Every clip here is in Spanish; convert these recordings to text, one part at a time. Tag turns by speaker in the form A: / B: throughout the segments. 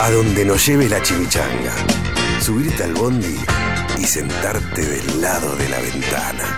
A: A donde nos lleve la chimichanga. Subirte al bondi y sentarte del lado de la ventana.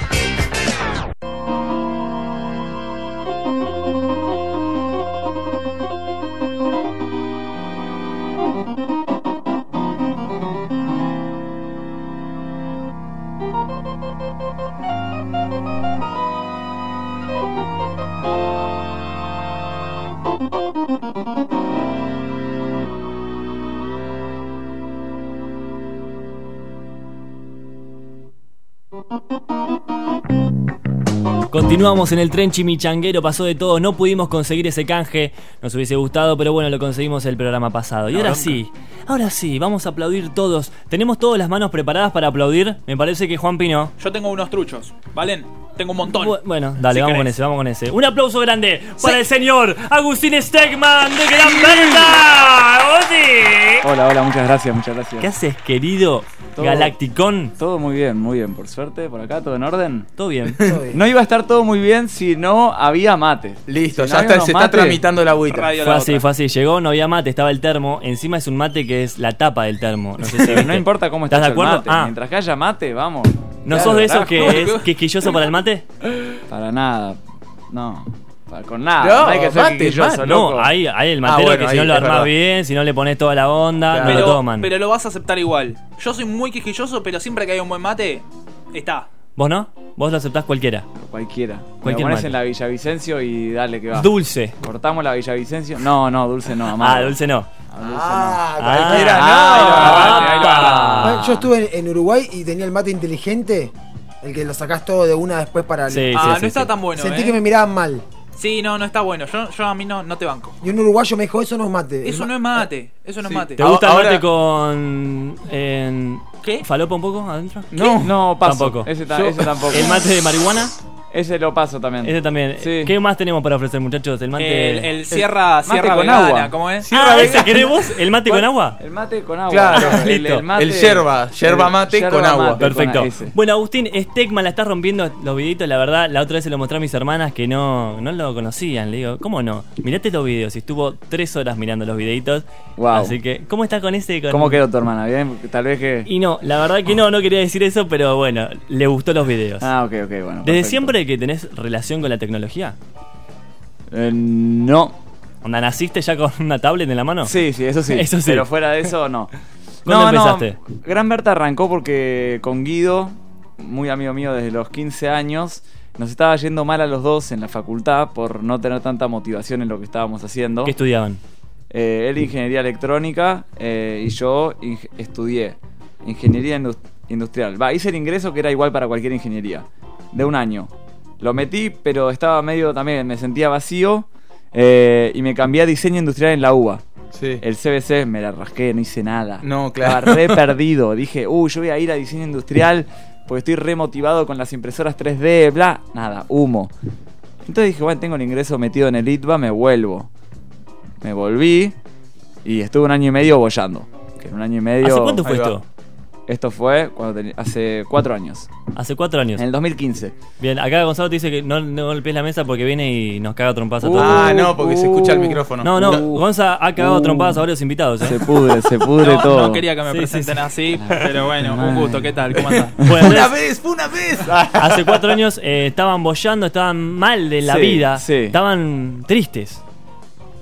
B: Continuamos en el tren chimichanguero, pasó de todo, no pudimos conseguir ese canje, nos hubiese gustado, pero bueno, lo conseguimos el programa pasado. Y
C: La
B: ahora
C: bronca.
B: sí, ahora sí, vamos a aplaudir todos. ¿Tenemos todas las manos preparadas para aplaudir? Me parece que Juan Pino.
D: Yo tengo unos truchos, ¿valen? Tengo un montón.
B: Bu- Bueno, dale,
D: Si
B: vamos
D: querés.
B: con ese, vamos con ese. Un aplauso grande para el señor Agustín Stegman de Gran Venta. ¡Osi!
E: Hola, hola, muchas gracias, muchas gracias.
B: ¿Qué haces, querido
E: Todo-
B: Galacticón?
E: Todo muy bien, muy bien, por suerte, por acá, todo en orden.
B: Todo bien.
E: No iba a estar todo muy bien si no había mate.
C: Listo,
E: Si no
C: ya
E: hay
C: está,
E: unos
C: se está
E: mates,
C: tramitando la agüita.
D: Radio
B: Fue
D: la
B: así,
D: Otra.
B: fue así. Llegó, no había mate, estaba el termo. Encima es un mate que es la tapa del termo. No sé si
E: Pero no
B: viste.
E: importa cómo
B: estás.
E: estás
B: de acuerdo?
E: mate.
B: Ah,
E: Mientras que haya mate, vamos.
B: ¿no
E: Claro,
B: sos de esos
E: carajo.
B: que es quisquilloso para el mate?
E: Para nada. No. Para, con nada.
C: No,
E: No, hay que ser
C: mate,
E: quisquilloso,
C: mate.
E: loco. Ah,
B: No, hay, hay el matero
C: bueno,
B: que si no
C: ahí,
B: lo
C: es
B: armás
C: verdad.
B: bien, si no le pones toda la onda,
C: Claro.
B: no lo
D: Pero,
B: toman.
D: pero lo vas a aceptar igual. Yo soy muy quisquilloso, pero siempre que hay un buen mate, está.
B: ¿Vos no? Vos lo aceptás cualquiera.
E: Cualquiera.
B: Cualquier
E: Cualquier lo pones
B: mate.
E: en la Villavicencio y dale que va.
B: Dulce.
E: Cortamos la Villavicencio. No, no, dulce no, amado.
B: Ah, dulce no.
E: Ah, dulce no.
C: Ah,
B: Ah,
C: cualquiera,
E: ah,
C: no.
E: ahí lo agarraste,
B: apa.
F: Yo estuve en, en Uruguay y tenía el mate inteligente, el que lo sacás todo de una después para... el-
B: Sí, sí,
D: ah, no
B: sí,
D: está
B: sí.
D: tan bueno.
F: Sentí
D: eh.
F: que me miraban mal.
D: Sí, no, no está bueno. Yo, yo a mí no, no te banco.
F: Y un uruguayo me dijo, eso no es mate.
D: Eso
F: El
D: no
F: Eh, ma-
D: es mate. Eso no
C: Sí.
D: es mate.
B: ¿Te gusta
C: Ahora-
B: el mate con. en-
D: ¿Qué?
B: ¿Falopa un poco adentro?
E: No, no paso.
B: Tampoco.
E: Ese, ta-
B: Yo-
E: ese tampoco.
B: ¿El mate de marihuana?
E: Ese lo paso también.
B: Ese también.
E: Sí.
B: ¿Qué más tenemos para ofrecer, muchachos? El mate.
D: El, el Sierra,
E: mate
D: Sierra
E: con
D: Vegana,
E: agua.
D: ¿cómo es?
B: Ah, ese queremos, el mate con agua.
E: El mate con agua.
C: Claro,
E: el,
B: listo.
E: mate,
C: El yerba, yerba mate
E: yerba
C: con agua.
E: mate con
B: Perfecto.
E: ese.
B: Bueno, Agustín, Stegma la estás rompiendo los videitos, la verdad. La otra vez se lo mostré a mis hermanas que no, no lo conocían. Le digo, ¿cómo no? Mirate los videos. Y estuvo tres horas mirando los videitos.
E: Wow.
B: Así que, ¿cómo está con ese? con-
E: ¿Cómo quedó tu hermana? ¿Bien? Tal vez que.
B: Y no, la verdad que no, no quería decir eso, pero bueno, le gustó los videos.
E: Ah, ok, ok, bueno.
B: ¿Desde
E: perfecto.
B: siempre que tenés relación con la tecnología?
E: Eh, no.
B: Onda, ¿naciste ya con una tablet en la mano?
E: Sí, sí, eso sí.
B: Eso sí.
E: Pero fuera de eso, no.
B: ¿Cuándo
E: no, no,
B: empezaste?
E: Gran Berta arrancó porque con Guido, muy amigo mío desde los 15 años, nos estaba yendo mal a los dos en la facultad por no tener tanta motivación en lo que estábamos haciendo.
B: ¿Qué estudiaban?
E: Eh, él ingeniería electrónica eh, y yo ing- estudié ingeniería indu- industrial. Va, hice el ingreso que era igual para cualquier ingeniería, de un año. Lo metí, pero estaba medio también, me sentía vacío eh, y me cambié a diseño industrial en la UBA.
C: ah, Sí.
E: El CBC me la rasqué, no hice nada.
C: No, claro.
E: Estaba re perdido. Dije, uh, yo voy a ir a diseño industrial porque estoy re motivado con las impresoras 3D, bla. Nada, humo. Entonces dije, bueno, tengo el ingreso metido en el ITBA, me vuelvo. Me volví y estuve un año y medio bollando. Que en un año y medio.
B: ¿Hace cuánto fue
C: Ahí va.
B: esto?
E: Esto fue cuando teni- hace cuatro años.
B: Hace cuatro años.
E: En el 2015.
B: Bien, acá Gonzalo te dice que no, no golpees la mesa porque viene y nos caga a trompadas a
E: Uh,
B: todos.
C: Ah, no, porque se escucha el
E: Uh,
C: micrófono.
B: No, no,
E: Uh.
B: Gonza ha cagado a
E: Uh.
B: trompadas a varios invitados. ¿eh?
E: Se pudre, se pudre
D: No,
E: todo.
D: no quería que me
B: Sí, sí,
D: presenten
B: sí.
D: así, pero bueno, un gusto. ¿Qué tal? ¿Cómo andás?
B: Bueno,
C: ¡Una
B: entonces,
C: vez! ¡Fue una vez!
B: hace cuatro años eh, estaban bollando, estaban mal de la
E: Sí,
B: vida,
E: sí.
B: estaban tristes.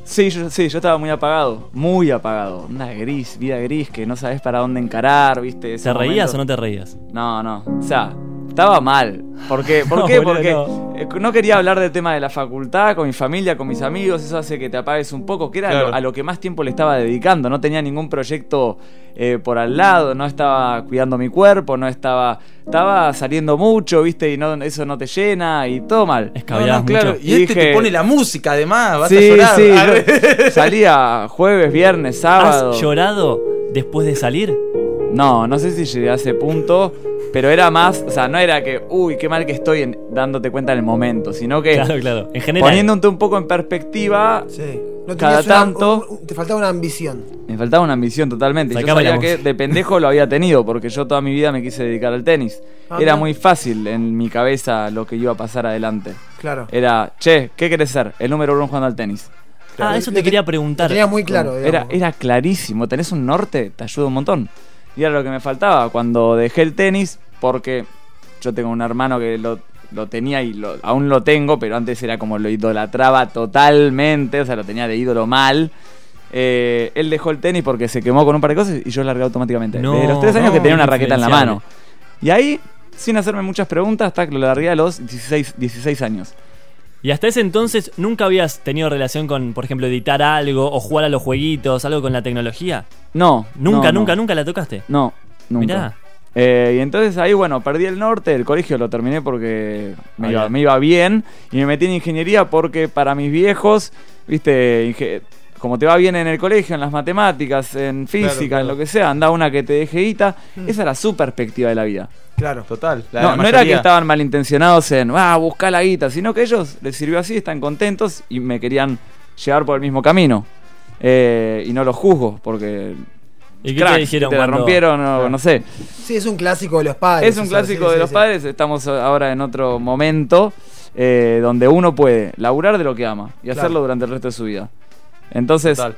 E: Sí yo, sí, yo estaba muy apagado, muy apagado. Una gris, vida gris que no sabes para dónde encarar, ¿viste?
B: ¿Te reías o no te reías?
E: no? No, no. O sea, estaba mal. ¿Por qué? ¿Por
B: No,
E: qué?
B: boludo,
E: Porque eh,
B: no.
E: no. quería hablar del tema de la facultad, con mi familia, con mis amigos. Eso hace que te apagues un poco, que era
C: Claro.
E: lo- a lo que más tiempo le estaba dedicando. No tenía ningún proyecto eh, por al lado, no estaba cuidando mi cuerpo, no estaba. Estaba saliendo mucho, ¿viste? Y no, eso no te llena y todo mal.
B: Escabeabas
C: No, no, claro.
B: mucho.
C: Y
E: Dije-
C: este te pone la música, además. Vas
E: sí,
C: a llorar.
E: sí.
C: Ah,
E: yo salía jueves, viernes, sábado.
B: ¿Has llorado después de salir?
E: No, no sé si llegué a ese punto, pero era más, o sea, no era que, uy, qué mal que estoy en- dándote cuenta en el momento, sino que
B: Claro, claro. En general.
E: poniéndote un poco en perspectiva,
F: Sí. No tenías
E: Cada
F: una-
E: tanto-
F: un- un- te faltaba una ambición.
E: me faltaba una ambición totalmente. Yo
B: Sacaba la
E: sabía
B: música.
E: que de pendejo lo había tenido, porque yo toda mi vida me quise dedicar al tenis.
F: Ah,
E: Era
F: mira.
E: muy fácil en mi cabeza lo que iba a pasar adelante.
F: Claro.
E: Eh, Era, che, ¿qué querés ser? El número uno jugando al tenis.
B: Ah, eso te quería preguntar.
F: Tenía muy claro,
E: Era,
F: digamos.
E: era clarísimo. Tenés un norte, te ayuda un montón. Y era lo que me faltaba cuando dejé el tenis, porque yo tengo un hermano que lo, lo tenía y lo- aún lo tengo, pero antes era como lo idolatraba totalmente, o sea, lo tenía de ídolo mal. Eh, él dejó el tenis porque se quemó con un par de cosas y yo largué automáticamente.
B: No,
E: Desde los tres años que
B: no,
E: tenía una raqueta en la
B: influenciable.
E: mano. Y ahí, sin hacerme muchas preguntas, hasta que lo largué a los 16, 16 años.
B: Y hasta ese entonces nunca habías tenido relación con, por ejemplo, editar algo o jugar a los jueguitos, algo con la tecnología.
E: No.
B: Nunca,
E: no, no.
B: nunca, nunca la tocaste.
E: No, nunca.
B: Mirá.
E: Eh, y entonces ahí, bueno, perdí el norte, el colegio lo terminé porque me,
B: Ah,
E: iba,
B: bien.
E: me iba bien. Y me metí en ingeniería porque para mis viejos, viste, inge- como te va bien en el colegio, en las matemáticas, en física, en
C: claro.
E: lo que sea, anda una que te deje guita. Esa era su perspectiva de la vida.
F: Claro.
C: Total. la-
E: no,
C: la
E: no era que
C: mayoría.
E: estaban malintencionados en, ah, buscar la guita, sino que ellos les sirvió así, están contentos y me querían llevar por el mismo camino. Eh, y no los juzgo porque...
B: ¿Y qué
E: cracks,
B: te dijeron
E: la
B: cuando-
E: rompieron o no sé.
F: Sí, es un clásico de los padres.
E: Es un
F: o sea,
E: clásico
F: sí,
E: de
F: sí,
E: los
F: sí.
E: padres, estamos ahora en otro momento eh, donde uno puede laburar de lo que ama y hacerlo durante el resto de su vida. Entonces,
C: Total.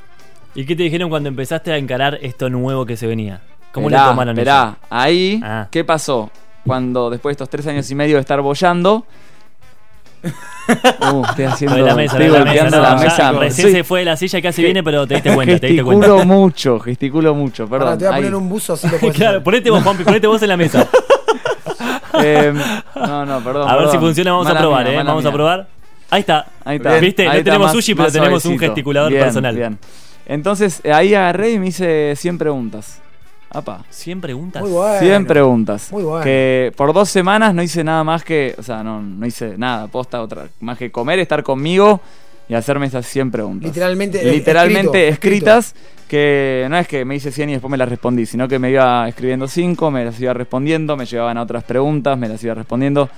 B: ¿Y qué te dijeron cuando empezaste a encarar esto nuevo que se venía? ¿Cómo
E: esperá,
B: le tomaron
E: esperá, ahí,
B: Ah.
E: ¿qué pasó? Cuando después de estos tres años y medio de estar bollando... Uh, estoy haciendo...
B: eso? Lo de la mesa, lo
E: estoy
B: de la mesa.
E: golpeando
B: no,
E: la
B: ya
E: mesa.
B: Recién
E: Soy-
B: se fue de la silla y casi viene, pero te diste cuenta, te diste cuenta.
E: gesticulo mucho, gesticulo mucho, perdón.
F: Ahora te voy a
E: ahí.
F: poner un buzo así lo puedes
B: claro,
F: hacer.
B: ponete vos, Juanpi, ponete vos en la mesa.
E: Eh, no, no, perdón.
B: A ver si
E: perdón.
B: funciona, vamos
E: Mala
B: a probar,
E: mía,
B: ¿eh?
E: mala
B: Vamos a
E: mía.
B: probar. Ahí está.
E: Ahí está.
B: ¿Viste?
E: Ahí
B: no
E: está,
B: tenemos
E: más-
B: sushi, pero
E: más
B: tenemos un
E: suavecito.
B: gesticulador
E: Bien,
B: personal.
E: bien. Entonces eh, ahí agarré y me hice 100 preguntas. Apa.
B: 100 preguntas.
F: Muy bueno.
E: 100 preguntas.
F: Muy bueno.
E: Que por dos semanas no hice nada más que. O sea, no, no hice nada, posta, otra. Más que comer, estar conmigo y hacerme esas 100 preguntas.
F: Literalmente, eh,
E: Literalmente
F: escrito,
E: escritas. Que no es que me hice 100 y después me las respondí, sino que me iba escribiendo 5, me las iba respondiendo, me llevaban a otras preguntas, me las iba respondiendo.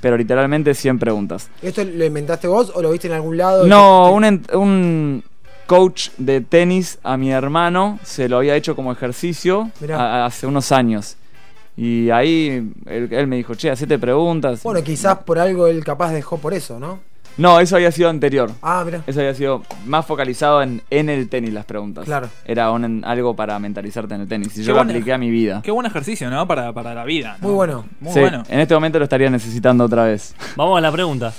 E: Pero literalmente 100 preguntas.
F: ¿Esto lo inventaste vos o lo viste en algún lado?
E: No,
F: una
E: un, ent- un coach de tenis a mi hermano se lo había hecho como ejercicio
F: Mirá.
E: a- hace unos años. Y ahí él, él me dijo, che, hacete preguntas.
F: Bueno, quizás por algo él capaz dejó por eso, ¿no?
E: No, eso había sido anterior.
F: Ah, mira.
E: Eso había sido más focalizado en, en el tenis las preguntas.
F: Claro.
E: Era un- en- algo para mentalizarte en el tenis. Y
D: Qué
E: yo lo
D: buena-
E: apliqué a mi vida.
D: Qué buen ejercicio, ¿no? Para, para la vida. ¿no?
F: Muy bueno.
D: Muy
E: Sí,
D: bueno.
E: En este momento lo estaría necesitando otra vez.
B: Vamos a la pregunta.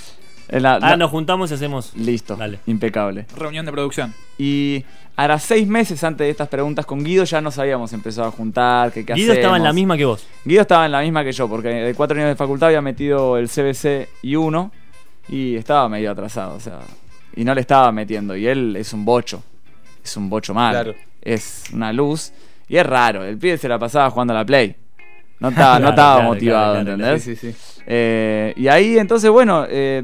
E: En la-
B: Ah,
E: la-
B: nos juntamos y hacemos.
E: Listo.
B: Dale.
E: Impecable.
D: Reunión de producción.
E: Y ahora seis meses antes de estas preguntas con Guido ya nos habíamos empezado a juntar, que qué
B: Guido estaba en la
E: hacemos.
B: misma que vos.
E: Guido estaba en la misma que yo, porque de cuatro años de facultad había metido el CBC y uno, y estaba medio atrasado, o sea, y no le estaba metiendo. Y él es un bocho, es un bocho mal,
C: Claro.
E: es una luz, y es raro, el pibe se la pasaba jugando a la Play. No estaba, no
B: Claro,
E: estaba
B: claro,
E: motivado,
B: claro, claro,
E: ¿entendés?
C: Sí, sí, sí.
E: Eh, y ahí entonces, bueno, eh,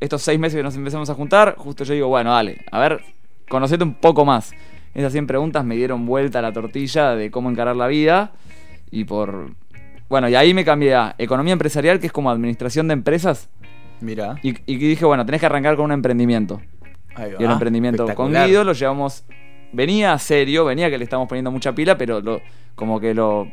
E: estos seis meses que nos empezamos a juntar, justo yo digo, bueno, dale, a ver, conocete un poco más. Esas 100 preguntas me dieron vuelta a la tortilla de cómo encarar la vida y por... Bueno, y ahí me cambié a economía empresarial, que es como administración de empresas,
C: Mirá.
E: y, y dije, bueno, tenés que arrancar con un emprendimiento.
C: Ahí va.
E: Y el emprendimiento con
C: Ah, Espectacular.
E: Guido lo llevamos. Venía serio, venía que le estamos poniendo mucha pila, pero lo, como que lo.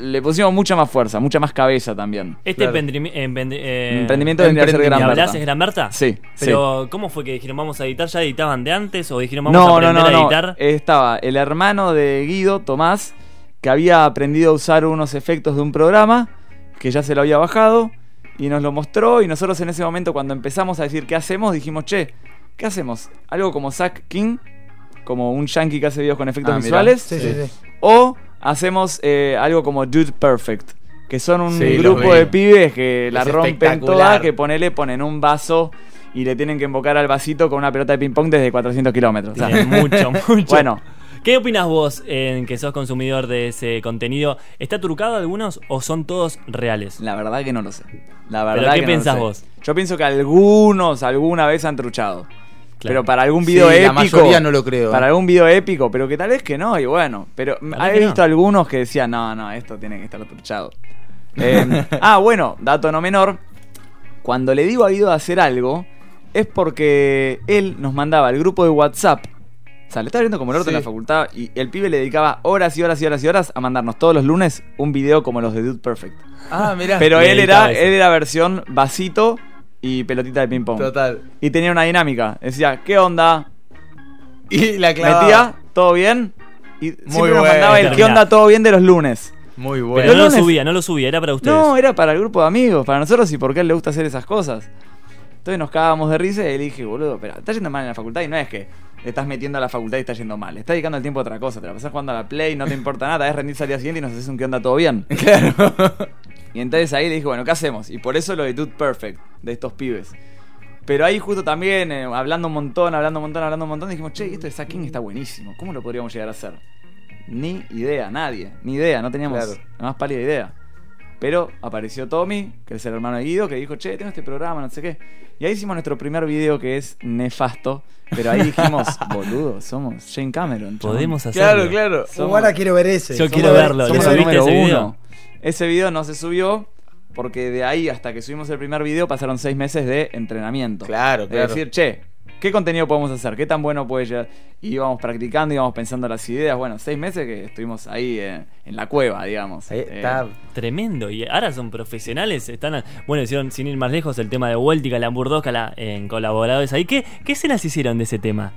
E: Le pusimos mucha más fuerza, mucha más cabeza también.
B: Este
C: Claro.
B: emprendimi- emprendi- eh,
E: emprendimiento vendría a ser
B: ¿me
E: gran
C: Emprendimiento.
B: hablás
E: Berta.
B: es Gran Berta?
E: Sí,
B: Pero, ¿cómo fue que dijeron vamos a editar? ¿Ya editaban de antes? ¿O dijeron vamos a
E: No, no,
B: aprender
E: no, Eh,
B: a
E: no.
B: editar?
E: Estaba el hermano de Guido, Tomás, que había aprendido a usar unos efectos de un programa, que ya se lo había bajado, y nos lo mostró, y nosotros en ese momento cuando empezamos a decir qué hacemos, dijimos, che, ¿qué hacemos? Algo como Zack King, como un yankee que hace videos con efectos
C: Ah, mirá.
E: visuales,
F: Sí, sí, sí.
E: o hacemos eh, algo como Dude Perfect, que son un
C: Sí, los
E: grupo de
C: vi.
E: pibes que la
C: Es
E: rompen
C: espectacular.
E: toda, que ponele, ponen un vaso y le tienen que invocar al vasito con una pelota de ping-pong desde 400 kilómetros. O sea,
B: Tiene mucho, mucho.
E: bueno,
B: ¿Qué opinas vos, en que sos consumidor de ese contenido? ¿Está trucado algunos o son todos reales?
E: la verdad que no lo sé. La
B: ¿Pero
E: verdad
B: qué
E: que no lo
B: pensás
E: sé.
B: vos?
E: Yo pienso que algunos alguna vez han truchado. Pero para algún
C: Sí,
E: video épico.
C: La mayoría no lo creo.
E: Para algún video épico, pero que tal vez que no, y bueno. Pero m-
B: Tal vez
E: he
B: que no.
E: visto algunos que decían, no, no, esto tiene que estar truchado. Eh, ah, bueno, dato no menor. Cuando le digo a Guido de hacer algo, es porque él nos mandaba al grupo de WhatsApp. O sea, le estaba viendo como el orto en
C: Sí.
E: la facultad y el pibe le dedicaba horas y horas y horas y horas a mandarnos todos los lunes un video como los de Dude Perfect.
C: Ah, mirá.
E: Pero
B: Le
E: él
B: dedicaba
E: era,
B: ese.
E: él era versión vasito y y pelotita de ping-pong.
C: Total.
E: Y tenía una dinámica. Decía, ¿qué onda?
C: Y la clavaba.
E: Metía, ¿todo bien? Y siempre
C: Muy
E: nos
C: bueno.
E: mandaba el ¿qué
B: Terminaba.
E: onda? ¿Todo bien? de los lunes.
C: Muy
B: Pero
C: bueno.
B: no lo
E: Lunes-
B: subía, no lo subía, era para ustedes.
E: No, era para el grupo de amigos, para nosotros y porque a él le gusta hacer esas cosas. Entonces nos cagábamos de risa y le dije, boludo, pero estás yendo mal en la facultad y no es que le estás metiendo a la facultad y estás yendo mal. le Estás dedicando el tiempo a otra cosa, te la pasás jugando a la play, no te importa nada, es rendirse al día siguiente y nos haces un qué onda todo bien.
C: Claro.
E: Y entonces ahí le dije, bueno, ¿qué hacemos? Y por eso lo de Dude Perfect, de estos pibes. Pero ahí justo también, eh, hablando un montón, hablando un montón, hablando un montón, dijimos, che, esto de Sacking está buenísimo, ¿cómo lo podríamos llegar a hacer? Ni idea, nadie, ni idea, no teníamos
C: Claro.
E: la más pálida idea. Pero apareció Tommy, que es el hermano de Guido, que dijo, che, tengo este programa, no sé qué. Y ahí hicimos nuestro primer video que es nefasto, pero ahí dijimos, boludo, somos Jane Cameron. chabón".
B: Podemos hacerlo.
C: Claro, claro.
E: Somos-
F: Ahora quiero ver ese.
B: Yo
F: Somos-
B: quiero verlo, ¿lo
E: somos
F: quiero
E: el
F: ver-
B: subiste
E: número
B: ese video?
E: uno. Ese video no se subió porque de ahí hasta que subimos el primer video pasaron seis meses de entrenamiento.
C: Claro,
E: De
C: claro.
E: decir, che, ¿qué contenido podemos hacer? ¿Qué tan bueno puede llegar? Y íbamos practicando, íbamos pensando las ideas. Bueno, seis meses que estuvimos ahí eh, en la cueva, digamos.
C: Ahí
E: Eh,
C: está.
B: Tremendo. Y ahora son profesionales. Están. a- Bueno, hicieron sin ir más lejos el tema de Vueltica, la hamburdoca, la, en colaboradores ahí. ¿Qué, ¿Qué escenas hicieron de ese tema?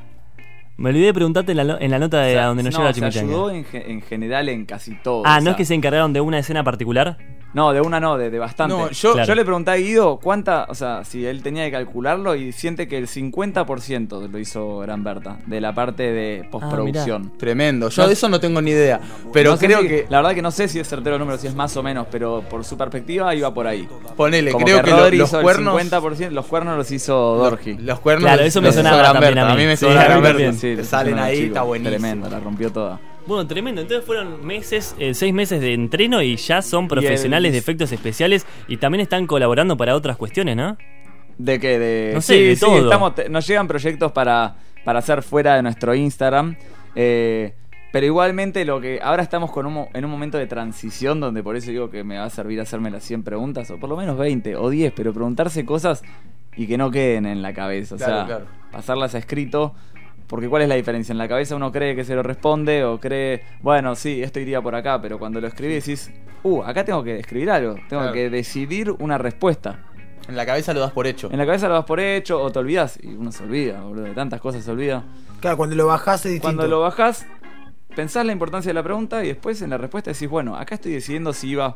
B: Me olvidé de preguntarte en la, no- en la nota de a donde nos
E: no,
B: lleva la
E: se
B: chimichanga.
E: ayudó en, ge- en general en casi todo.
B: Ah,
E: o
B: ¿no
E: sea,
B: es que se encargaron de una escena particular?
E: No, de una no, de, de bastante.
C: No, yo-
B: Claro.
E: Yo le pregunté a Guido cuánta, o sea, si él tenía que calcularlo y siente que el 50% lo hizo Gran Berta, de la parte de
B: Ah,
E: postproducción.
C: Tremendo. Yo
E: No-
C: de eso no tengo ni idea. Pero
E: No sé
C: creo
E: si-
C: que.
E: La verdad que no sé si es certero el número, si es más o menos, pero por su perspectiva iba por ahí.
C: Ponele,
E: Como
C: creo que,
E: que,
C: lo-
E: Rodri
C: los
E: hizo el
C: cuernos.
E: 50%, los cuernos los hizo Dorji.
C: Los, los cuernos.
B: Claro, eso me
C: los hizo
B: sonaba
C: Gran
B: también
C: Berta.
B: a mí.
C: me
B: Sí,
C: sonaba
B: a mí
C: Gran Berta.
B: también.
E: Sí,
C: Te
E: los
C: salen
E: hizo
C: ahí,
E: chico.
C: está buenísimo.
E: Tremendo, la rompió toda.
B: Bueno, tremendo. Entonces fueron meses, eh, seis meses de entreno y ya son profesionales
E: el-
B: de efectos especiales y también están colaborando para otras cuestiones, ¿no?
E: ¿De qué? De...
B: No sé,
E: sí,
B: de
E: sí,
B: todo.
E: estamos- te- nos llegan proyectos para, para hacer fuera de nuestro Instagram. eh, pero igualmente lo que ahora estamos con un mo- en un momento de transición donde por eso digo que me va a servir hacerme las 100 preguntas, o por lo menos 20 o 10, pero preguntarse cosas y que no queden en la cabeza. O
C: Claro,
E: sea,
C: claro.
E: pasarlas a escrito. Porque cuál es la diferencia, en la cabeza uno cree que se lo responde o cree, bueno, sí, esto iría por acá, pero cuando lo escribís decís, uh, acá tengo que escribir algo, tengo
C: Claro.
E: que decidir una respuesta.
C: En la cabeza lo das por hecho.
E: En la cabeza lo das por hecho o te olvidas. Y uno se olvida, boludo. De tantas cosas se olvida.
F: Claro, cuando lo bajás es distinto.
E: Cuando lo bajás, pensás la importancia de la pregunta y después en la respuesta decís, bueno, acá estoy decidiendo si iba.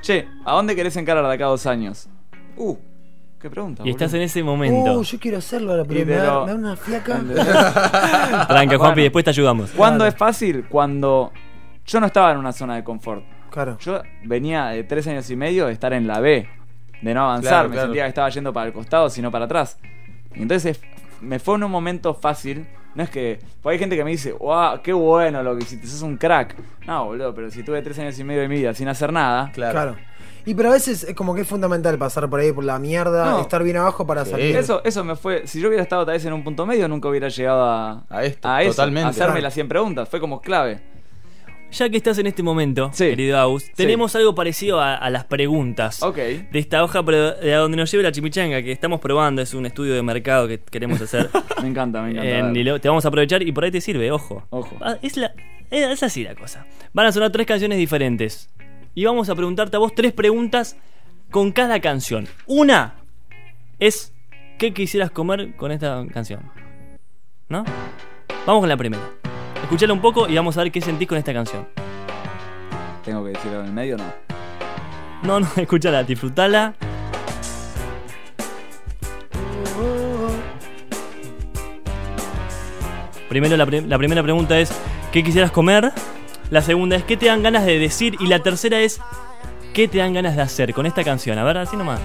E: Che, ¿a dónde querés encarar de acá a dos años? Uh, qué pregunta.
B: Y estás en ese momento.
F: Uh, yo quiero hacerlo ahora,
E: Y
F: pero me
E: te
F: da,
E: lo-
F: me da una flaca.
E: en.
B: Tranca, Juanpi,
E: Bueno.
B: después te ayudamos.
E: ¿Cuándo
F: Claro.
E: es fácil? Cuando yo no estaba en una zona de confort.
F: Claro.
E: Yo venía de tres años y medio de estar en la B, de no avanzar,
C: Claro,
E: me
C: claro.
E: sentía que estaba yendo para el costado, sino para atrás. Y entonces me fue en un momento fácil. No es que. Porque hay gente que me dice, wow, qué bueno lo que hiciste, sos un crack. No, boludo, pero si tuve tres años y medio de mi vida sin hacer nada.
C: Claro.
F: Claro. Y pero a veces es como que es fundamental pasar por ahí por la mierda,
E: No.
F: estar bien abajo para
C: Sí.
F: salir.
E: Eso, eso me fue. Si yo hubiera estado tal vez en un punto medio, nunca hubiera llegado a,
C: A esto,
E: a eso,
C: totalmente.
E: a hacerme
F: Claro.
E: las 100 preguntas. Fue como clave.
B: Ya que estás en este momento,
E: Sí.
B: querido Agus, tenemos algo parecido a, a las preguntas.
E: Ok.
B: De esta hoja pero de a donde nos lleve la chimichanga que estamos probando, es un estudio de mercado que queremos hacer.
E: Me encanta, me encanta.
B: en
E: dale.
B: Hilo- te vamos a aprovechar y por ahí te sirve, ojo.
E: Ojo.
B: Ah, Es, la- eh, es así la cosa. Van a sonar tres canciones diferentes. Y vamos a preguntarte a vos tres preguntas con cada canción. Una es ¿qué quisieras comer con esta canción? ¿No? Vamos con la primera. Escuchala un poco y vamos a ver qué sentís con esta canción.
E: Tengo que decirlo en el medio, no.
B: No, no, escúchala, disfrutala. Primero, la, pri- la primera pregunta es: ¿Qué quisieras comer? La segunda es: ¿Qué te dan ganas de decir? Y la tercera es: ¿Qué te dan ganas de hacer con esta canción? A ver, así nomás.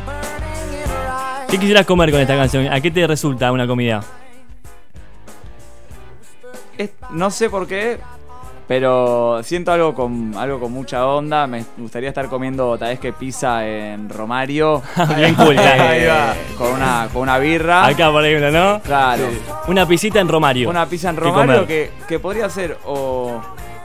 B: ¿Qué quisieras comer con esta canción? ¿A qué te resulta una comida?
E: Es- no sé por qué, pero siento algo con, algo con mucha onda. Me gustaría estar comiendo tal vez que pizza en Romario.
B: Bien cool,
E: Eh,
B: claro.
E: con, una, con una birra.
B: Acá, por ejemplo, ¿no?
E: Claro.
B: Una pisita en Romario.
E: Una pizza en
B: ¿Qué
E: Romario
B: comer?
E: que, que podría ser o,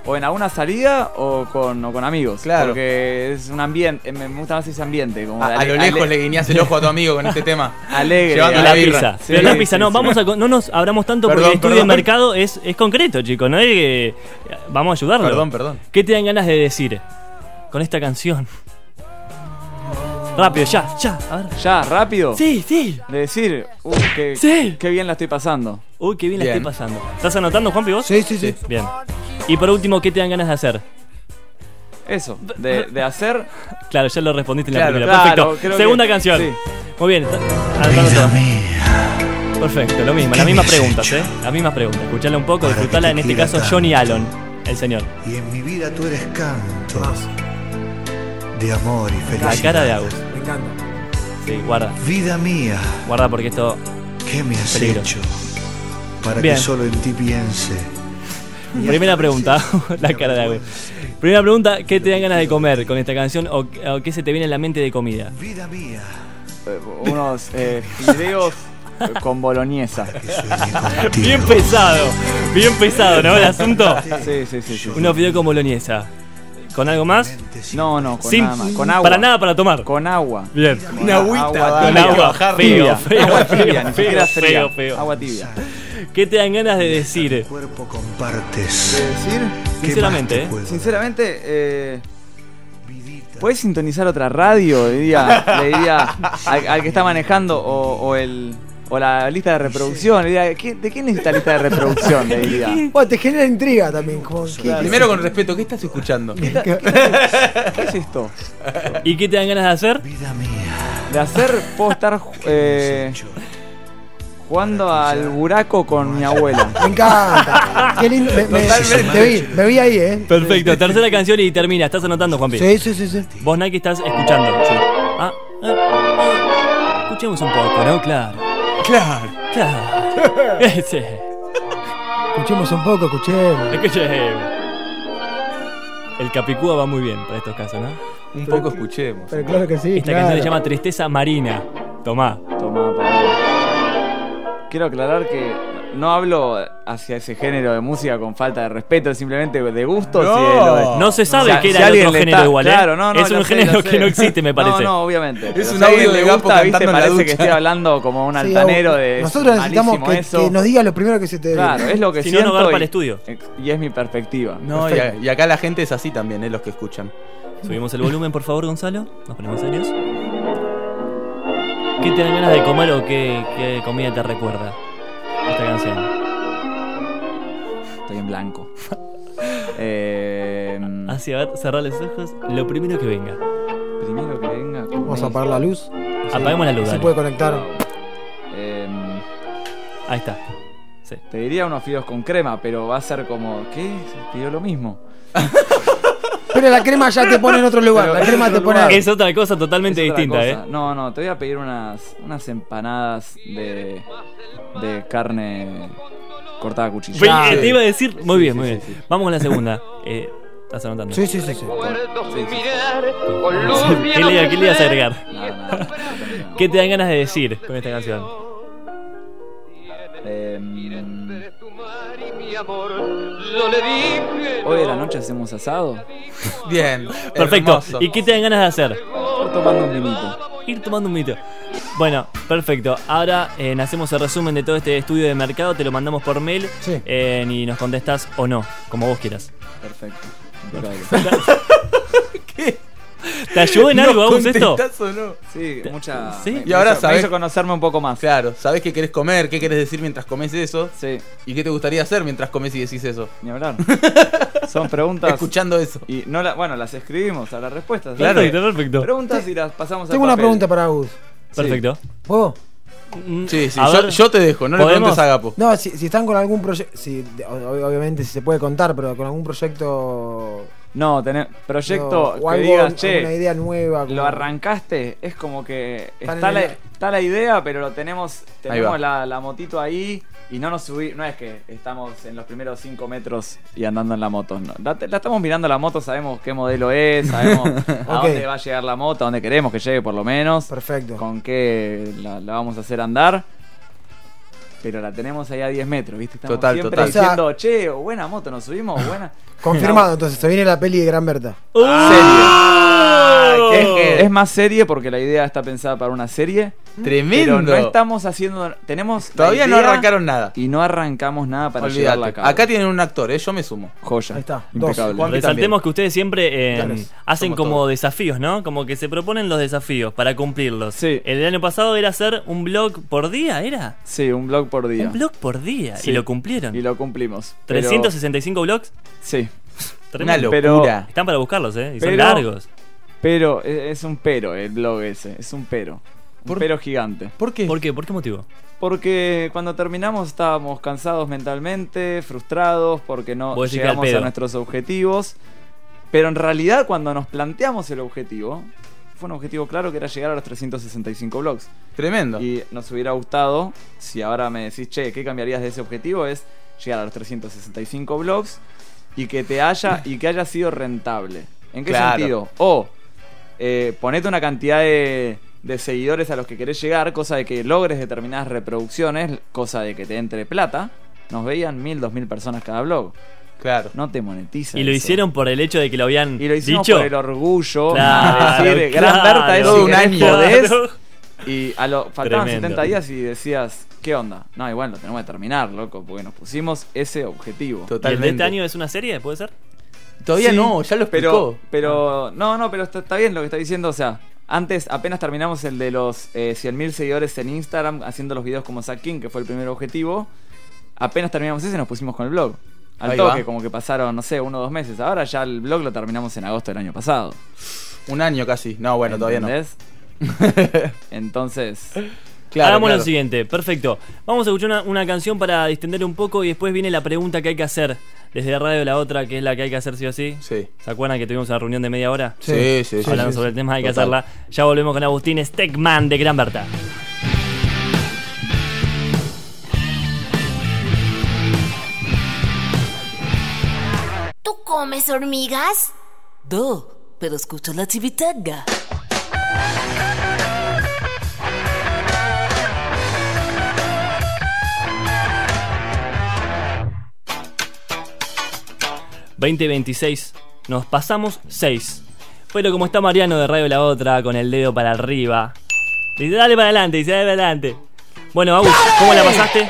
E: o en alguna salida o con, o con amigos.
C: Claro.
E: Porque es un ambiente. Me gusta más ese ambiente. Como
C: A, a
E: ale-
C: lo lejos
E: ale-
C: le guiñás el ojo a tu amigo con este tema.
E: Alegre.
C: Llevando
B: Y
E: ale-
B: la
C: la birra.
B: pizza.
E: Sí,
B: Pero la
E: sí,
B: pizza, no,
E: sí.
B: vamos a, con- no nos abramos tanto porque
C: Perdón,
B: el estudio
C: perdón.
B: de mercado es, es concreto, chicos, no es que vamos a ayudarlo.
C: Perdón, perdón.
B: ¿Qué te dan ganas de decir con esta canción? Rápido, ya, ya. A ver.
E: Ya, rápido.
B: Sí, sí.
E: De decir, uh, qué,
B: Sí.
E: qué bien la estoy pasando.
B: Uy, qué bien, la
C: Bien.
B: estoy pasando. ¿Estás anotando, Juanpi, vos?
F: Sí, sí, sí.
B: Bien. Y por último, ¿qué te dan ganas de hacer?
E: Eso, de, de hacer.
B: Claro, ya lo respondiste en
E: Claro,
B: la primera.
E: claro, creo
B: Perfecto.
E: que-
B: Segunda canción.
E: sí.
B: Muy bien. está- anotando todo. Perfecto, lo mismo. Las mismas preguntas, ¿eh? Las mismas preguntas. Escuchala un poco,
G: Para que
B: disfrutala.
G: te
B: En este
G: quiera
B: caso,
G: tanto.
B: Johnny Allen, el señor.
G: Y en mi vida tú eres canto de amor y
B: La
G: felicidad.
B: cara de Agus.
F: Me encanta.
B: Sí, guarda.
G: Vida mía,
B: Guarda porque esto.
G: ¿qué me has
B: Peligro.
G: hecho? Para
B: Bien.
G: que solo en ti piense.
B: Primera pregunta. la cara de Agus. Primera pregunta, ¿qué te dan ganas de comer con esta canción o, o qué se te viene a la mente de comida?
G: Vida mía,
E: eh, unos eh, fideos eh, con boloñesa.
G: que sueñe contigo.
B: Bien pesado. Bien pesado, ¿no? El asunto.
E: Sí, sí, sí. sí.
B: Unos videos con boloñesa. ¿Con algo más?
E: No, no, con
B: Sin-
E: nada más. Con agua.
B: Para nada para tomar.
E: Con agua.
B: Bien.
C: Una agüita,
E: agua,
B: Con
C: Hay que
B: agua.
C: bajar
B: Feo,
E: tibia.
B: feo,
E: agua
B: feo,
E: tibia, ni
B: feo,
E: siquiera fría.
B: feo, feo.
E: Agua tibia.
B: ¿Qué te dan ganas de decir?
G: Cuerpo compartes.
E: De decir,
G: ¿Qué
B: Sinceramente,
G: más te
B: eh.
G: puedo
E: sinceramente, eh,
G: dar? Vidita.
E: ¿puedes sintonizar otra radio? Le diría, le diría al, al que está manejando o, o el. O la lista de reproducción, le diría, ¿qué- ¿de qué necesita lista de reproducción? Le diría.
F: Bueno, te genera intriga también. Como, ¿qué-
C: Primero con respeto, ¿qué estás escuchando?
E: ¿Qué es esto?
B: ¿Y qué te dan ganas de hacer?
G: Vida mía,
E: De hacer, puedo estar eh, jugando al buraco con mi abuela.
F: Me encanta. Qué lindo. Me, me-
C: Totalmente.
F: te vi, me vi ahí, ¿eh?
B: Perfecto, tercera canción y termina. Estás anotando, Juanpi.
F: Sí, sí, sí, sí.
B: Vos, Nike, estás escuchando. Ah, ah, ah. Escuchemos un poco, ¿no? Claro.
C: Claro.
B: Claro. Ese.
F: Escuchemos un poco, escuchemos.
B: Escuchemos. El Capicúa va muy bien para estos casos, ¿no?
C: Un poco escuchemos.
F: Pero claro que sí.
B: Esta
F: claro.
B: canción se llama Tristeza Marina. Tomá.
E: Tomá, pará. Quiero aclarar que no hablo hacia ese género de música con falta de respeto, es simplemente de gusto.
C: No.
B: No se sabe qué
E: que
B: era el otro género igual, ¿eh?
E: Claro, no, no,
B: es
E: lo
B: un
E: sé,
B: género
E: lo sé.
B: que no existe, me parece.
E: No, no, obviamente. Pero
C: un
E: si a alguien
C: audio de
E: le
C: Gapo
E: gusta, ¿viste?
C: cantando en la
E: Parece que
C: ducha.
E: estoy hablando como un
F: Sí,
E: altanero
F: Agus,
E: de.
F: Nosotros necesitamos
E: malísimo
F: que,
E: eso.
F: que nos diga lo primero que se te
E: Claro, es lo que
B: Si no, no
E: siento.
B: garpa
E: y-
B: al estudio.
E: Y es mi perspectiva.
C: No, y, a- y acá la gente es así también, ¿eh? Los que escuchan.
B: Subimos el volumen, por favor, Gonzalo. Nos ponemos serios. ¿Qué te dan ganas de comer o qué, qué comida te recuerda esta canción?
E: Estoy en blanco. Eh,
B: Así, a ver, cerrar los ojos. Lo primero que venga.
E: primero que venga.
F: Vamos a
E: comés.
F: apagar la luz.
B: Apaguemos la luz,
F: Se
B: dale.
F: puede conectar.
E: Em,
B: Ahí está.
E: Te diría unos fideos con crema, pero va a ser como, ¿qué? Se pidió lo mismo.
F: Pero la crema ya te pone en otro lugar.
E: Pero
F: la
E: en
F: crema
E: otro
F: te pone.
E: lugar.
B: Es otra cosa totalmente
E: Es otra
B: distinta,
E: cosa.
B: ¿eh?
E: No, no, te voy a pedir unas, unas empanadas de, de carne cortada a cuchillo.
B: Ve-
F: Ya.
B: eh, Te iba a decir. Muy
E: Sí,
B: bien,
E: sí,
B: muy
E: sí,
B: bien.
E: sí.
B: Vamos con la segunda. Eh, estás anotando.
F: Sí, sí, sí.
E: Sí,
F: sí.
E: sí, sí.
B: ¿Qué le, qué le ibas a agregar?
E: Nada, nada, nada.
B: ¿Qué te dan ganas de decir con esta canción?
E: Em,
H: Yo le dije
E: Hoy de la noche hacemos asado.
C: Bien.
B: Perfecto.
C: hermoso.
B: ¿Y qué te dan ganas de hacer?
E: Estoy tomando un vinito.
B: Ir tomando un mito. Bueno, perfecto. Ahora eh, hacemos el resumen de todo este estudio de mercado, te lo mandamos por mail
F: Sí.
B: eh, y nos contestas o no, como vos quieras.
E: Perfecto. Impecable.
B: ¿Te ayudó en
C: ¿Nos
B: algo, Agus, esto?
C: contestás o no?
E: Sí, mucha.
B: ¿Sí?
E: me-
B: Y
E: me
C: ahora
E: hizo- me
C: sabés-
E: hizo conocerme un poco más.
C: Claro, sabés qué querés comer, qué querés decir mientras comes eso
E: Sí,
C: y qué te gustaría hacer mientras comes y decís eso.
E: ni hablar. Son preguntas.
C: Escuchando eso.
E: Y no la, bueno, las escribimos a las respuestas. ¿sí?
C: Claro.
B: Perfecto, perfecto.
E: Preguntas y las pasamos
F: Tengo
E: al
F: una
E: papel.
F: pregunta para Agus.
B: Perfecto.
F: ¿Puedo?
B: Mm,
C: Sí, sí,
B: a
C: yo,
B: ver,
C: yo te dejo, no le
B: ¿podemos?
C: preguntes a Gapo.
F: No, si, si están con algún proyecto. Si, de- ob- obviamente, si se puede contar, pero con algún proyecto.
E: No, tenés
F: no,
E: proyecto
F: o
E: que
F: algo,
E: digas,
F: Una
E: che,
F: idea nueva. como-
E: lo arrancaste, es como que
F: Está
E: está
F: en
E: la,
F: la-
E: está la idea, pero lo tenemos,
C: va.
E: tenemos la, la motito ahí y no nos subí, no es que estamos en los primeros 5 metros y andando en la moto, no. la, la estamos mirando la moto, sabemos qué modelo es, sabemos a
F: Ok.
E: dónde va a llegar la moto, a dónde queremos que llegue por lo menos,
F: Perfecto.
E: con qué la, la vamos a hacer andar. Pero la tenemos ahí a 10 metros, ¿viste? Estamos
C: Total,
E: siempre
C: total.
E: diciendo, che, buena moto, nos subimos, buena.
F: Confirmado, entonces se viene la peli de Gran Berta.
B: ¡Uh!
E: Serio.
C: Ah, qué
E: Es más serie porque la idea está pensada para una serie.
C: Tremendo.
E: Pero no estamos haciendo. Tenemos. la
C: Todavía no
E: idea
C: arrancaron nada.
E: Y no arrancamos nada para llevarla a
C: Olvídate.
E: cabo.
C: Acá tienen un actor, ¿eh? yo me sumo.
E: Joya.
F: Ahí está, dos.
E: Impecable.
C: Juan-
B: Resaltemos
C: también.
B: que ustedes siempre eh,
C: Claro.
B: hacen
C: Somos
B: como
C: todos.
B: desafíos, ¿no? Como que se proponen los desafíos para cumplirlos.
E: Sí.
B: El del año pasado era hacer un blog por día, ¿era?
E: Sí, un blog por día.
B: Un blog por día.
E: Sí.
B: Y lo cumplieron.
E: Y lo cumplimos. Pero-
B: 365 blogs.
E: Sí.
C: Una
B: Tremendo.
E: Pero-
C: locura.
B: Están para buscarlos, ¿eh? Y son
E: Pero-
B: largos.
E: Pero e- es un pero el blog ese. Es un pero. Un
C: Por-
E: pero gigante.
C: ¿Por qué?
B: ¿Por qué? ¿Por qué motivo?
E: Porque cuando terminamos estábamos cansados mentalmente, frustrados, porque no
B: Vos decís que al
E: llegamos a
B: pedo.
E: nuestros objetivos. Pero en realidad cuando nos planteamos el objetivo, fue un objetivo claro que era llegar a los 365 blogs.
C: Tremendo.
E: Y nos hubiera gustado, si ahora me decís, che, ¿qué cambiarías de ese objetivo? Es llegar a los 365 blogs y que te haya, y que haya sido rentable. ¿En qué
C: Claro.
E: sentido? O eh, ponete una cantidad de, de seguidores a los que querés llegar, cosa de que logres determinadas reproducciones, cosa de que te entre plata. Nos veían mil, dos mil personas cada blog.
C: Claro.
E: No te monetiza.
B: Y lo
E: eso.
B: hicieron por el hecho de que lo habían
E: Y lo hicimos
B: dicho.
E: por el orgullo.
B: Claro,
E: de decir,
B: claro,
E: Gran Berta es
C: todo
E: si
C: un
E: querés,
C: año.
E: podés".
B: Claro.
E: Y a lo, faltaban
B: Tremendo.
E: 70 días y decías, ¿qué onda? No, igual lo tenemos que terminar, loco, porque nos pusimos ese objetivo.
B: ¿Y el
C: Totalmente.
B: de este año es una serie? ¿Puede ser?
C: Todavía
E: Sí,
C: no, ya lo explicó. Ah.
E: Pero, pero no, no, pero está, está bien lo que está diciendo. O sea, antes apenas terminamos el de los eh, 100.000 seguidores en Instagram haciendo los videos como Zach King, que fue el primer objetivo. Apenas terminamos ese, nos pusimos con el blog. Al
C: Ahí
E: toque,
C: va.
E: como que pasaron, no sé, uno o dos meses. Ahora ya el blog lo terminamos en agosto del año pasado.
C: Un año casi. No, bueno, todavía no.
E: ¿Entendés? Entonces,
C: Claro,
B: Hagamos
C: claro.
B: lo siguiente, perfecto. Vamos a escuchar una, una canción para distender un poco y después viene la pregunta que hay que hacer desde Radio La Otra, que es la que hay que hacer sí o sí.
C: Sí.
B: ¿Se acuerdan que tuvimos una reunión de media hora?
C: Sí, sí, sí. sí,
B: Hablando
C: sí.
B: sobre el tema, hay que
C: Total.
B: hacerla. Ya volvemos con Agustín Steckman de Gran Berta.
H: ¿Tú comes hormigas?
I: No, pero escucha la chivitanga.
B: veintiséis nos pasamos 6. Pero como está Mariano de Radio La Otra con el dedo para arriba, dice dale para adelante, dice dale para adelante. Bueno, Agus, ¿cómo la pasaste?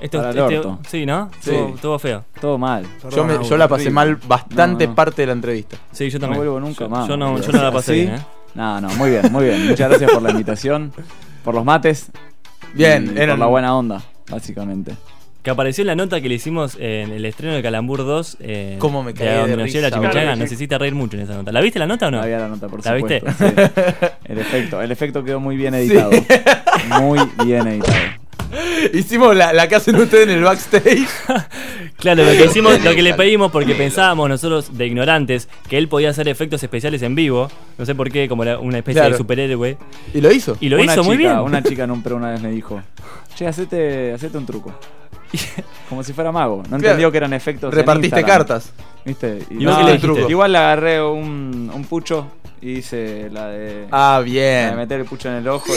B: Esto, este,
E: Para el orto.
B: sí, ¿no?
C: Sí.
B: Estuvo- estuvo feo.
E: todo mal.
C: Yo, me- yo la pasé mal bastante
E: No, no.
C: parte de la entrevista.
B: Sí, yo
E: No
B: también.
E: vuelvo nunca
B: Yo-
E: más.
B: Yo no,
E: boludo.
B: yo no la pasé
E: ¿Así?
B: bien, ¿eh?
E: No, no, muy bien, muy bien. Muchas gracias por la invitación, por los mates.
C: Bien,
E: y por
C: eran-
E: la buena onda, básicamente.
B: Que apareció en la nota que le hicimos en el estreno de Calambur 2. Eh,
C: Cómo me
B: de
C: caí de
B: donde nos
C: risa,
B: llega la
C: boludo.
B: chimichanga. Nos hiciste reír mucho en esa nota. ¿La viste la nota o no?
E: Había la nota, por
B: ¿La
E: supuesto. sí. El efecto, el efecto quedó muy bien editado. Muy bien editado.
C: Hicimos la, la que hacen ustedes en el backstage.
B: Claro, lo que hicimos, lo que le pedimos porque pensábamos nosotros de ignorantes que él podía hacer efectos especiales en vivo. No sé por qué, como era una especie
C: Claro.
B: de superhéroe.
C: Y lo hizo.
B: Y lo
E: una
B: hizo
E: chica,
B: muy bien.
E: Una chica en un pro una vez me dijo, che, hacete, hacete un truco. Como si fuera mago. No entendió que eran efectos. en
C: Repartiste
E: Instagram.
C: cartas.
E: ¿Viste? Y
B: ¿Y vos
E: no,
B: qué le
E: el
B: dijiste?
E: truco. Igual le agarré un, un pucho y hice la de,
C: Ah,
E: la de
C: bien.
E: meter el pucho en el ojo y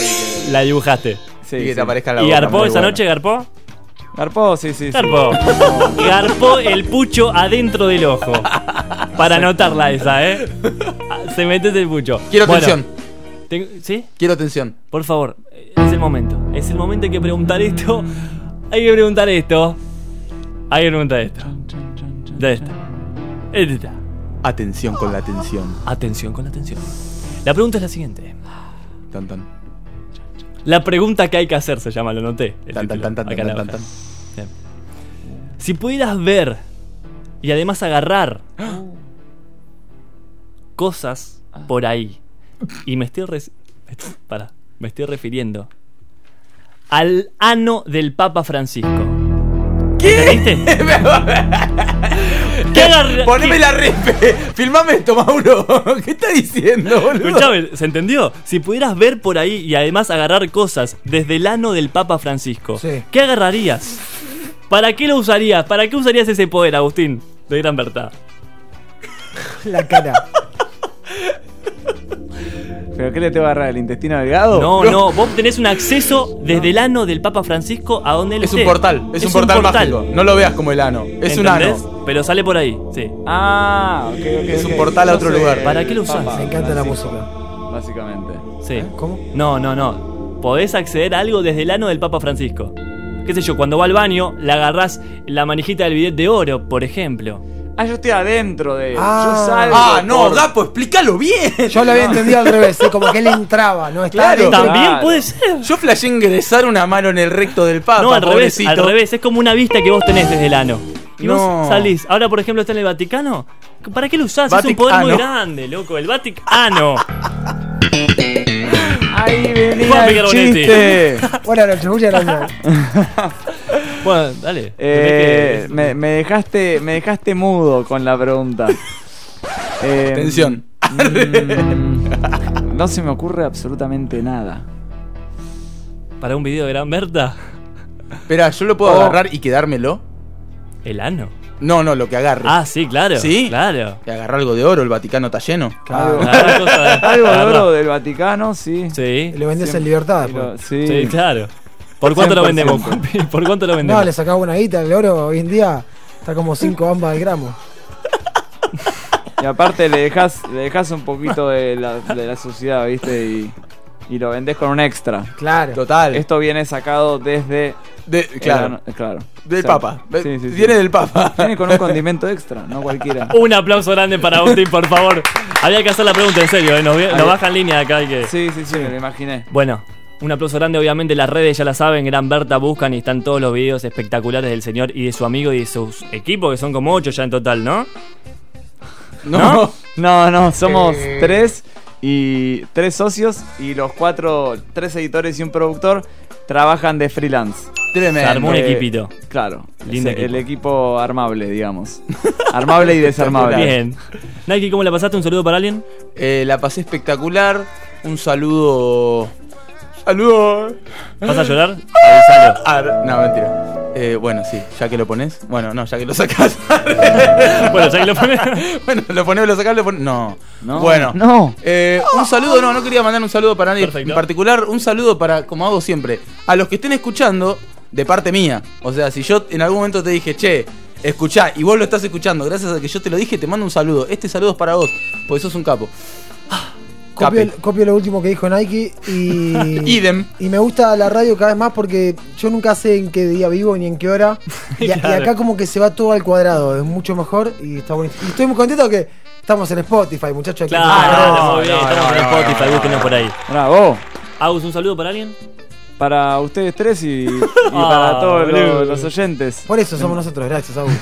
E: que.
B: La dibujaste.
E: sí,
C: y que
E: sí.
C: te aparezca la
B: ¿Y
C: boca,
B: garpó
C: muy
B: esa
C: bueno.
B: noche? ¿Garpó?
E: Garpó, sí, sí. sí.
B: Garpó. Garpó el pucho adentro del ojo. Para anotarla esa, ¿eh? Ah, Se mete el pucho.
C: Quiero
B: Bueno,
C: atención.
B: tengo- ¿Sí?
C: Quiero atención.
B: Por favor, es el momento. Es el momento hay que preguntar esto. Hay que preguntar esto. Hay que preguntar esto. Ya está. Esta está.
C: Atención con la atención.
B: Atención con la atención. La pregunta es la siguiente.
C: Tan tan.
B: La pregunta que hay que hacer se llama, lo noté. el
C: Tan tan
B: título.
C: tan tan
B: Acá en la
C: tan tan.
B: hoja.
C: tan.
B: Bien. Si pudieras ver y además agarrar cosas por ahí. Y me estoy, res- me estoy- pará. me estoy refiriendo al ano del Papa Francisco. ¿Qué? ¿Entendiste? ¿Qué agarra-
C: Poneme
B: qué-
C: la repe. Filmame esto, Mauro. ¿Qué está diciendo, boludo?
B: Escuchame, ¿se entendió? Si pudieras ver por ahí y además agarrar cosas desde el ano del Papa Francisco,
F: Sí.
B: ¿qué agarrarías? ¿Para qué lo usarías? ¿Para qué usarías ese poder, Agustín? De Gran Berta.
F: La cara.
E: ¿Pero qué le tengo que agarrar? ¿El intestino delgado?
B: No, no, vos tenés un acceso desde el ano del Papa Francisco a donde él
C: Es un
B: esté.
C: portal, es, un portal, mágico. No lo veas como el ano. Es un
B: ¿Entendés?
C: ano.
B: Pero sale por ahí, sí.
E: Ah, ok, ok.
C: Es un
E: ok.
C: portal a otro
E: Entonces,
C: lugar.
B: ¿Para qué lo usás?
C: Ah,
E: papá,
F: Me encanta la
E: básico,
F: música.
E: Básicamente.
B: Sí.
C: ¿Eh?
F: ¿Cómo?
B: No, no, no. Podés acceder a algo desde el ano del Papa Francisco. Qué sé yo, cuando va al baño, le agarrás la manijita del bidet de oro, por ejemplo.
E: Ah, yo estoy adentro de.
F: Ah.
E: yo salgo.
D: Ah, no,
E: por-
D: Gapo, explícalo bien.
F: Yo lo había entendido al revés, ¿eh? como que él entraba, no estaba
C: Claro.
F: dentro.
B: También
E: Claro.
B: puede ser.
C: Yo flashé ingresar una mano en el recto del Papa.
B: no, al revés,
C: pobrecito.
B: al revés. Es como una vista que vos tenés desde el ano. Y
C: No.
B: vos salís. Ahora, por ejemplo, está en el Vaticano. ¿Para qué lo usás? es un
C: Vaticano.
B: poder muy grande, loco. El Vaticano.
E: Ahí venía
B: Juan
E: el
B: Picaronetti.
E: chiste.
F: Bueno, lo chubulla era
B: bueno, dale.
E: Eh,
B: Tenés que-
E: me, me dejaste, me dejaste mudo con la pregunta. Eh,
C: Atención. Ah,
E: mm, no se me ocurre absolutamente nada.
B: Para un video de Gran Berta,
C: Espera, ¿yo lo puedo
E: Oh.
C: agarrar y quedármelo?
B: el ano.
C: No, no, lo que agarre.
B: Ah, sí, claro.
C: ¿Sí?
B: Claro.
C: Que agarró algo de oro, el Vaticano está lleno.
E: Algo,
B: Agarrás cosas de-
E: algo de
B: agarrás.
E: oro del Vaticano, sí.
B: Sí.
F: Lo vendés en libertad
E: Pero-
F: después.
E: sí.
B: Sí, claro. ¿Por cuánto lo
E: 100%.
B: vendemos, Juanpi? ¿Por cuánto lo
F: No,
B: vendemos?
F: le sacaba una guita, el oro hoy en día está como 5 ambas al gramo.
E: Y aparte le dejas, le dejas un poquito de la, de la suciedad, ¿viste? Y, y lo vendés con un extra.
F: Claro.
C: Ah, Total.
E: Esto viene sacado desde.
C: De- Eh, claro.
E: el ano- claro.
C: Del
E: Exacto.
C: Papa.
E: Sí, sí, sí.
C: Viene del Papa. Oh.
E: Viene con un condimento extra, no cualquiera.
B: Un aplauso grande para Agustín, por favor. Había que hacer la pregunta en serio, ¿eh? nos, vi- nos bajan línea acá. hay que...
E: Sí, sí, sí, me lo imaginé.
B: Bueno, un aplauso grande, obviamente las redes ya la saben, Gran Berta buscan y están todos los videos espectaculares del señor y de su amigo y de sus equipos, que son como ocho ya en total, ¿no?
E: No, no, no, somos
C: Eh.
E: tres y tres socios y los cuatro, tres editores y un productor trabajan de freelance.
B: Se armó un
E: Eh,
B: equipito.
E: Claro, es
B: Lindo
E: el
B: equipo.
E: equipo armable, digamos. Armable y desarmable.
B: Bien. Nike, ¿cómo la pasaste? ¿Un saludo para alguien?
C: Eh, la pasé espectacular. Un saludo. Saludo.
B: ¿Vas a llorar? Avisalo.
C: Ar- No, mentira. Eh, bueno, sí, ya que lo pones. Bueno, no, ya que lo sacas.
B: Bueno, ya que lo pones.
C: bueno, lo ponés, lo sacás, lo pones. No.
E: No,
C: Bueno.
E: no.
C: Eh, un saludo, no, no quería mandar un saludo para nadie
B: Perfecto.
C: en particular. Un saludo para, como hago siempre, a los que estén escuchando de parte mía. O sea, si yo en algún momento te dije, che, escuchá, y vos lo estás escuchando, gracias a que yo te lo dije, te mando un saludo. Este saludo es para vos, porque sos un capo.
F: Copio,
C: Capi.
F: el- copio lo último que dijo Nike y.
C: Idem.
F: Y me gusta la radio cada vez más porque yo nunca sé en qué día vivo ni en qué hora. Y, a- y
B: Claro.
F: acá como que se va todo al cuadrado, es mucho mejor y está bonito. Y estoy muy contento que estamos en Spotify, muchachos. aquí.
B: Claro,
E: no,
B: muy bien.
E: no,
B: Estamos en
E: no, no,
B: Spotify, búsquenos por ahí.
E: Bravo.
B: Agus, ¿un saludo para alguien?
E: Para ustedes tres y, y para
B: Ah,
E: todos lo-
B: boludo.
E: los oyentes.
F: Por eso somos nosotros, gracias, Agus.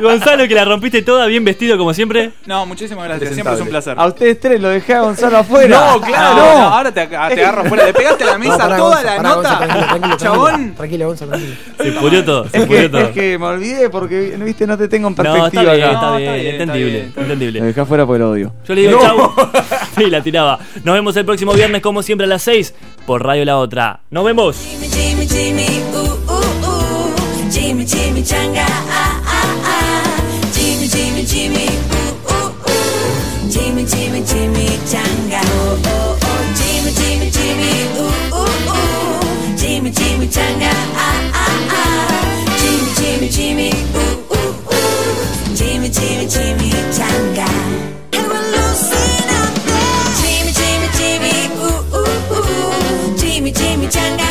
B: Gonzalo, que la rompiste toda, bien vestido como siempre.
D: No, muchísimas gracias. Siempre es un placer.
E: A ustedes tres lo dejé a Gonzalo afuera.
D: No, claro.
E: No.
D: no,
B: Ah,
D: ahora te, aga- te agarro fuera. Le pegaste a la mesa
F: No, pará,
D: toda
F: Gonza,
D: la
F: pará, Gonza,
D: nota.
F: tranquilo, tranquilo,
D: Chabón.
F: Tranquilo, Gonza, tranquilo.
B: Se pudrió todo, se
E: Es que,
B: pudrió todo.
E: es que me olvidé porque, viste, no te tengo en
B: No,
E: perspectiva
B: está bien,
E: acá.
B: está
D: No,
B: bien,
D: está bien,
B: entendible,
D: está bien, está
B: entendible.
E: Lo dejé afuera porque lo odio.
B: Yo le digo chau y la tiraba. Nos vemos el próximo viernes, como siempre, a las 6 por Radio La Otra. ¡Nos vemos!
I: Jimmy, Jimmy, Jimmy, ooh, ooh, ooh. Jimmy, Jimmy, uh. changa, ah, ah, ah. Jimmy, Jimmy, Jimmy, ooh, ooh, ooh. Jimmy, Jimmy, Jimmy, changa, oh, oh, oh. Jimmy, Jimmy, Jimmy, ooh, ooh, ooh. Jimmy, Jimmy, uh. changa, ah, ah, ah. Jimmy, Jimmy, Jimmy, ooh, ooh, ooh. Jimmy, Jimmy, Jimmy, changa. And we're losing our Jimmy, Jimmy, Jimmy, ooh, ooh, ooh. Jimmy, Jimmy, changa. 아, ah,